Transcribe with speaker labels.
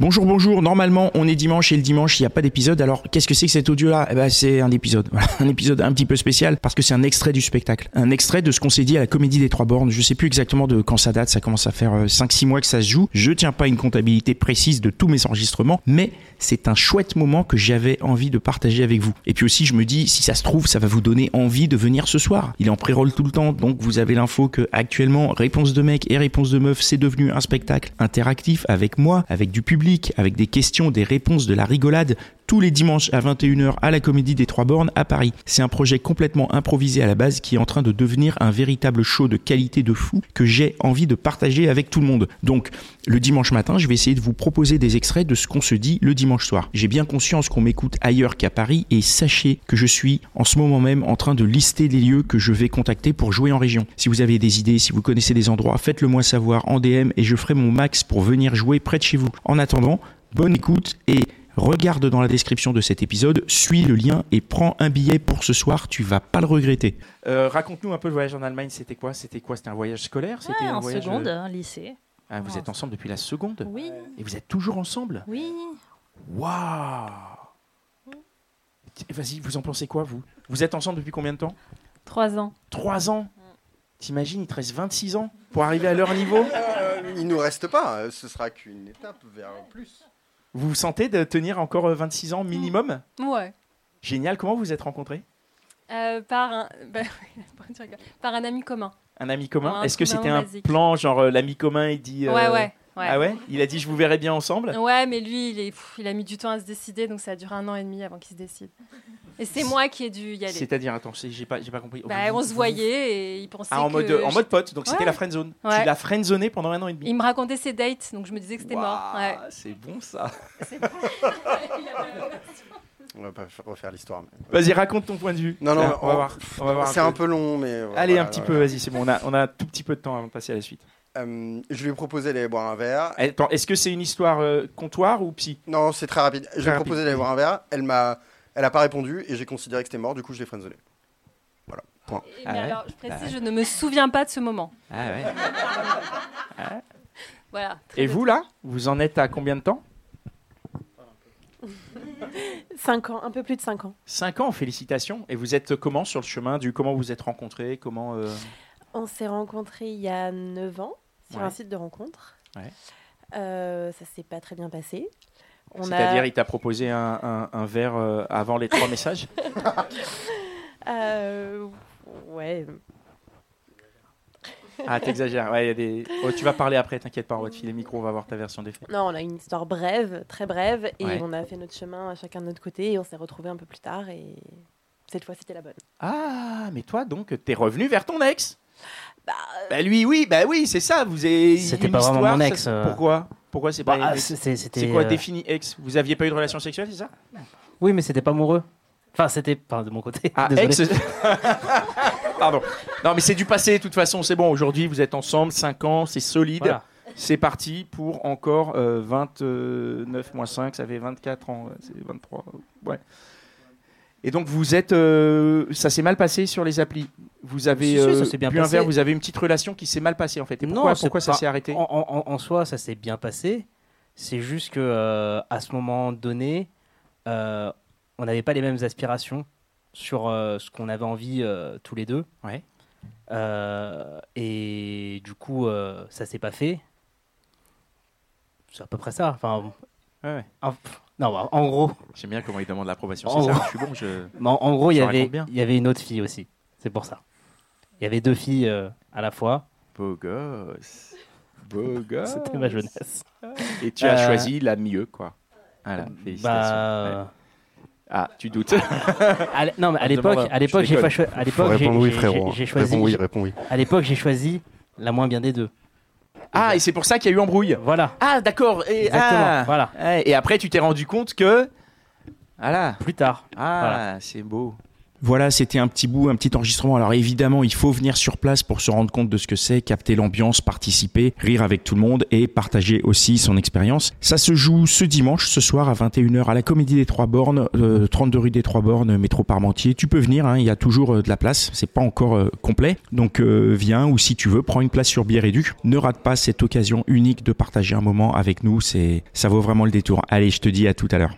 Speaker 1: Bonjour, bonjour. Normalement, on est dimanche et le dimanche, il n'y a pas d'épisode. Alors, qu'est-ce que c'est que cet audio-là Eh ben, c'est un épisode. Voilà, un épisode un petit peu spécial parce que c'est un extrait du spectacle. Un extrait de ce qu'on s'est dit à la Comédie des Trois Bornes. Je sais plus exactement de quand ça date. Ça commence à faire euh, 5-6 mois que ça se joue. Je tiens pas une comptabilité précise de tous mes enregistrements, mais c'est un chouette moment que j'avais envie de partager avec vous. Et puis aussi, je me dis, si ça se trouve, ça va vous donner envie de venir ce soir. Il est en pré-roll tout le temps, donc vous avez l'info que actuellement, Réponse de mec et Réponse de meuf, c'est devenu un spectacle interactif avec moi, avec du public avec des questions, des réponses, de la rigolade, tous les dimanches à 21h à la Comédie des Trois Bornes à Paris. C'est un projet complètement improvisé à la base qui est en train de devenir un véritable show de qualité de fou que j'ai envie de partager avec tout le monde. Donc, le dimanche matin, je vais essayer de vous proposer des extraits de ce qu'on se dit le dimanche soir. J'ai bien conscience qu'on m'écoute ailleurs qu'à Paris et sachez que je suis en ce moment même en train de lister les lieux que je vais contacter pour jouer en région. Si vous avez des idées, si vous connaissez des endroits, faites-le moi savoir en DM et je ferai mon max pour venir jouer près de chez vous. En attendant, bonne écoute et Regarde dans la description de cet épisode, suis le lien et prends un billet pour ce soir, tu vas pas le regretter. Euh, Raconte-nous un peu le voyage en Allemagne, c'était quoi C'était quoi C'était un voyage scolaire
Speaker 2: Ouais,
Speaker 1: C'était un
Speaker 2: en
Speaker 1: voyage... euh,
Speaker 2: seconde, un lycée.
Speaker 1: Ah, vous
Speaker 2: Ouais,
Speaker 1: êtes
Speaker 2: en
Speaker 1: ensemble depuis la seconde
Speaker 2: Oui,
Speaker 1: Et vous êtes toujours ensemble
Speaker 2: oui.
Speaker 1: Waouh Ti- Vas-y, vous en pensez quoi, vous Vous êtes ensemble depuis combien de temps
Speaker 2: Trois ans.
Speaker 1: Trois ans T'imagines, il te reste 26 ans pour arriver à leur niveau
Speaker 3: Euh, il nous reste pas, euh, ce sera qu'une étape vers plus.
Speaker 1: Vous vous sentez de tenir encore euh, 26 ans minimum
Speaker 4: Ouais.
Speaker 1: Génial, comment vous vous êtes rencontrés
Speaker 4: Euh, par, un... bah, oui, tu rigoles. par un ami commun.
Speaker 1: Un ami commun
Speaker 4: Un
Speaker 1: Est-ce que
Speaker 4: commun
Speaker 1: c'était un
Speaker 4: basique.
Speaker 1: plan, genre euh, l'ami commun, il dit... euh,
Speaker 4: Ouais, ouais. Ouais.
Speaker 1: Ah ouais Il a dit je vous verrai bien ensemble
Speaker 4: Ouais, mais lui, il, est, pff, il a mis du temps à se décider, donc ça a duré un an et demi avant qu'il se décide. Et c'est moi qui ai dû y aller.
Speaker 1: C'est-à-dire, attends, c'est- j'ai pas, j'ai pas compris.
Speaker 4: Bah, on se voyait et il pensait
Speaker 1: Ah, en
Speaker 4: que
Speaker 1: mode, en mode pote, donc c'était
Speaker 4: Ouais.
Speaker 1: la friendzone. Tu
Speaker 4: Ouais.
Speaker 1: l'as friendzoné pendant un an et demi.
Speaker 4: Il me racontait ses dates, donc je me disais que c'était mort. Ouais.
Speaker 1: Waouh, C'est bon ça.
Speaker 3: On va pas faire- refaire l'histoire. mais-
Speaker 1: Vas-y, raconte ton point de vue.
Speaker 3: Non, non,
Speaker 1: Tiens, on, va
Speaker 3: on-
Speaker 1: voir. On va voir
Speaker 3: C'est un peu long, mais. voilà,
Speaker 1: Allez, un
Speaker 3: voilà,
Speaker 1: petit peu,
Speaker 3: voilà.
Speaker 1: vas-y, c'est bon. On a, on a un tout petit peu de temps avant de passer à la suite.
Speaker 3: Euh, je lui ai proposé d'aller boire un verre.
Speaker 1: Attends, Est-ce que c'est une histoire euh, comptoir ou psy
Speaker 3: Non, c'est très rapide. Je lui ai
Speaker 1: rapide.
Speaker 3: proposé d'aller boire un verre. Elle m'a, elle a pas répondu et j'ai considéré que c'était mort. Du coup, je l'ai friendzonné.
Speaker 4: Et-
Speaker 1: Ah
Speaker 4: mais
Speaker 1: ouais.
Speaker 4: alors, je précise,
Speaker 1: Ah ouais.
Speaker 4: je ne me souviens pas de ce moment.
Speaker 1: Ah ouais.
Speaker 4: Voilà. Très
Speaker 1: Et
Speaker 4: peu.
Speaker 1: vous là Vous en êtes à combien de temps
Speaker 5: Cinq ans, un peu plus de 5 ans.
Speaker 1: 5 ans, félicitations. Et vous êtes comment sur le chemin du comment vous vous êtes rencontrés Comment euh,
Speaker 5: On s'est rencontrés il y a 9 ans sur
Speaker 1: Ouais.
Speaker 5: un site de rencontre.
Speaker 1: Ouais.
Speaker 5: Euh, ça s'est pas très bien passé. On
Speaker 1: C'est-à-dire,
Speaker 5: a,
Speaker 1: il t'a proposé un, un- un verre euh, avant les trois messages
Speaker 5: euh, ouais,
Speaker 1: Ah, t'exagères. Ouais, il y a des... Oh, tu vas parler après, t'inquiète pas, on va te filer le micro, on va voir ta version des faits.
Speaker 5: non, on a une histoire brève, très brève, et
Speaker 1: Ouais.
Speaker 5: on a fait notre chemin à chacun de notre côté, et on s'est retrouvés un peu plus tard, et cette fois c'était la bonne.
Speaker 1: Ah, mais toi, donc, t'es revenu vers ton ex
Speaker 5: Bah,
Speaker 1: Bah lui, oui, bah oui, c'est ça. Vous avez
Speaker 6: C'était
Speaker 1: une
Speaker 6: pas vraiment
Speaker 1: histoire,
Speaker 6: mon
Speaker 1: ça,
Speaker 6: ex,
Speaker 1: c'est-
Speaker 6: euh.
Speaker 1: Pourquoi Pourquoi c'est pas
Speaker 6: Bah, ah,
Speaker 1: une ex
Speaker 6: c'est- c'est- c'était,
Speaker 1: C'est quoi
Speaker 6: euh,
Speaker 1: défini ex Vous aviez pas eu de relation sexuelle, c'est ça
Speaker 6: Oui, mais c'était pas amoureux. Enfin, c'était enfin, de mon côté.
Speaker 1: Ah, ex.
Speaker 6: désolé.
Speaker 1: Pardon. Non, mais c'est du passé. De toute façon, c'est bon. Aujourd'hui, vous êtes ensemble, 5 ans, c'est solide.
Speaker 6: Voilà.
Speaker 1: C'est parti pour encore euh, 29 moins 5, ça fait 24 ans, ouais, c'est 23. Ouais. Et donc vous êtes, euh, ça s'est mal passé sur les applis. Vous avez
Speaker 6: Si, si, ça
Speaker 1: euh,
Speaker 6: s'est bien
Speaker 1: bu un
Speaker 6: passé.
Speaker 1: verre, vous avez une petite relation qui s'est mal passée en fait. Et
Speaker 6: Non,
Speaker 1: pourquoi,
Speaker 6: c'est
Speaker 1: pourquoi ça
Speaker 6: pas-
Speaker 1: s'est arrêté
Speaker 6: En, en- en- en soi, ça s'est bien passé. C'est juste que euh, à ce moment donné, euh, on n'avait pas les mêmes aspirations sur euh, ce qu'on avait envie euh, tous les deux.
Speaker 1: Ouais.
Speaker 6: Euh, et du coup, euh, ça s'est pas fait. C'est à peu près ça. Enfin,
Speaker 1: Ouais, ouais.
Speaker 6: en- pff, non, bah, en gros,
Speaker 1: J'aime bien comment il demande l'approbation.
Speaker 6: En
Speaker 1: C'est ça,
Speaker 6: gros.
Speaker 1: je suis bon, je-
Speaker 6: Mais en, en gros, il y
Speaker 1: Ça
Speaker 6: avait,
Speaker 1: raconte bien.
Speaker 6: il y avait une autre fille aussi. C'est pour ça. Il y avait deux filles euh, à la fois.
Speaker 1: Beau gosse. Beau gosse.
Speaker 6: C'était ma jeunesse. Bah,
Speaker 1: Et tu as
Speaker 6: Euh,
Speaker 1: choisi la mieux, quoi. Voilà, félicitations.
Speaker 6: Bah, euh,
Speaker 1: Ouais. Ah, tu doutes.
Speaker 6: à l'- non, mais
Speaker 1: On demande
Speaker 6: à l'époque,
Speaker 1: à-
Speaker 6: à
Speaker 1: Ah, je
Speaker 6: l'époque, j'ai
Speaker 1: déconne.
Speaker 6: pas cho- à l'époque, j'ai- j'ai- j'ai-
Speaker 1: hein.
Speaker 6: j'ai choisi.
Speaker 3: hein. réponds oui.
Speaker 6: À l'époque, j'ai choisi la moins bien des deux.
Speaker 1: ah, et c'est pour ça qu'il y a eu embrouille.
Speaker 6: Voilà.
Speaker 1: Ah, d'accord. Et,
Speaker 6: Exactement.
Speaker 1: ah.
Speaker 6: Voilà.
Speaker 1: Ouais, Et après, tu t'es rendu compte que. Voilà.
Speaker 6: Plus tard.
Speaker 1: Ah,
Speaker 6: Voilà.
Speaker 1: c'est beau. Voilà, c'était un petit bout, un petit enregistrement. Alors évidemment, il faut venir sur place pour se rendre compte de ce que c'est, capter l'ambiance, participer, rire avec tout le monde et partager aussi son expérience. Ça se joue ce dimanche, ce soir à 21h à la Comédie des Trois Bornes, euh, 32 rue des Trois Bornes, métro Parmentier. Tu peux venir, hein, il y a toujours euh, de la place, c'est pas encore euh, complet. Donc euh, viens ou si tu veux, prends une place sur Bière et Duc. Ne rate pas cette occasion unique de partager un moment avec nous, c'est ça vaut vraiment le détour. Allez, je te dis à tout à l'heure.